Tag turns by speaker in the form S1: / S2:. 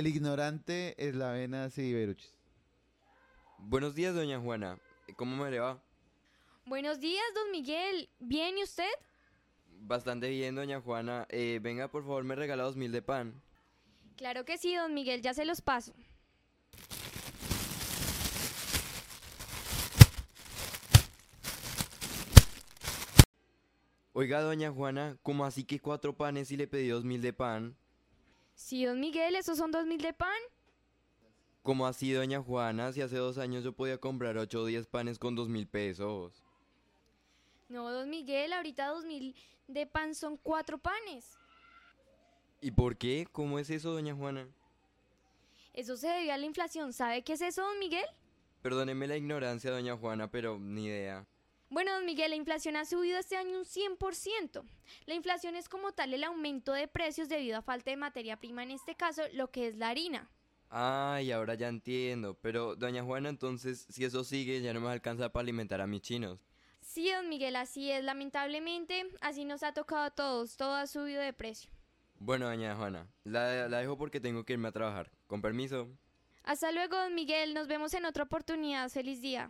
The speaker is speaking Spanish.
S1: El ignorante es la vena Siberuchis.
S2: Buenos días, doña Juana. ¿Cómo me le va?
S3: Buenos días, don Miguel. ¿Bien y usted?
S2: Bastante bien, doña Juana. Eh, venga, por favor, me regala dos mil de pan.
S3: Claro que sí, don Miguel, ya se los paso.
S2: Oiga, doña Juana, ¿cómo así que cuatro panes y le pedí dos mil de pan?
S3: Sí, don Miguel, esos son dos mil de pan.
S2: ¿Cómo así, doña Juana? Si hace dos años yo podía comprar ocho o diez panes con dos mil pesos.
S3: No, don Miguel, ahorita dos mil de pan son cuatro panes.
S2: ¿Y por qué? ¿Cómo es eso, doña Juana?
S3: Eso se debió a la inflación. ¿Sabe qué es eso, don Miguel?
S2: Perdóneme la ignorancia, doña Juana, pero ni idea.
S3: Bueno, don Miguel, la inflación ha subido este año un 100%. La inflación es como tal el aumento de precios debido a falta de materia prima, en este caso lo que es la harina.
S2: Ay, ahora ya entiendo. Pero, doña Juana, entonces, si eso sigue, ya no me alcanza para alimentar a mis chinos.
S3: Sí, don Miguel, así es. Lamentablemente, así nos ha tocado a todos. Todo ha subido de precio.
S2: Bueno, doña Juana, la, la dejo porque tengo que irme a trabajar. Con permiso.
S3: Hasta luego, don Miguel. Nos vemos en otra oportunidad. Feliz día.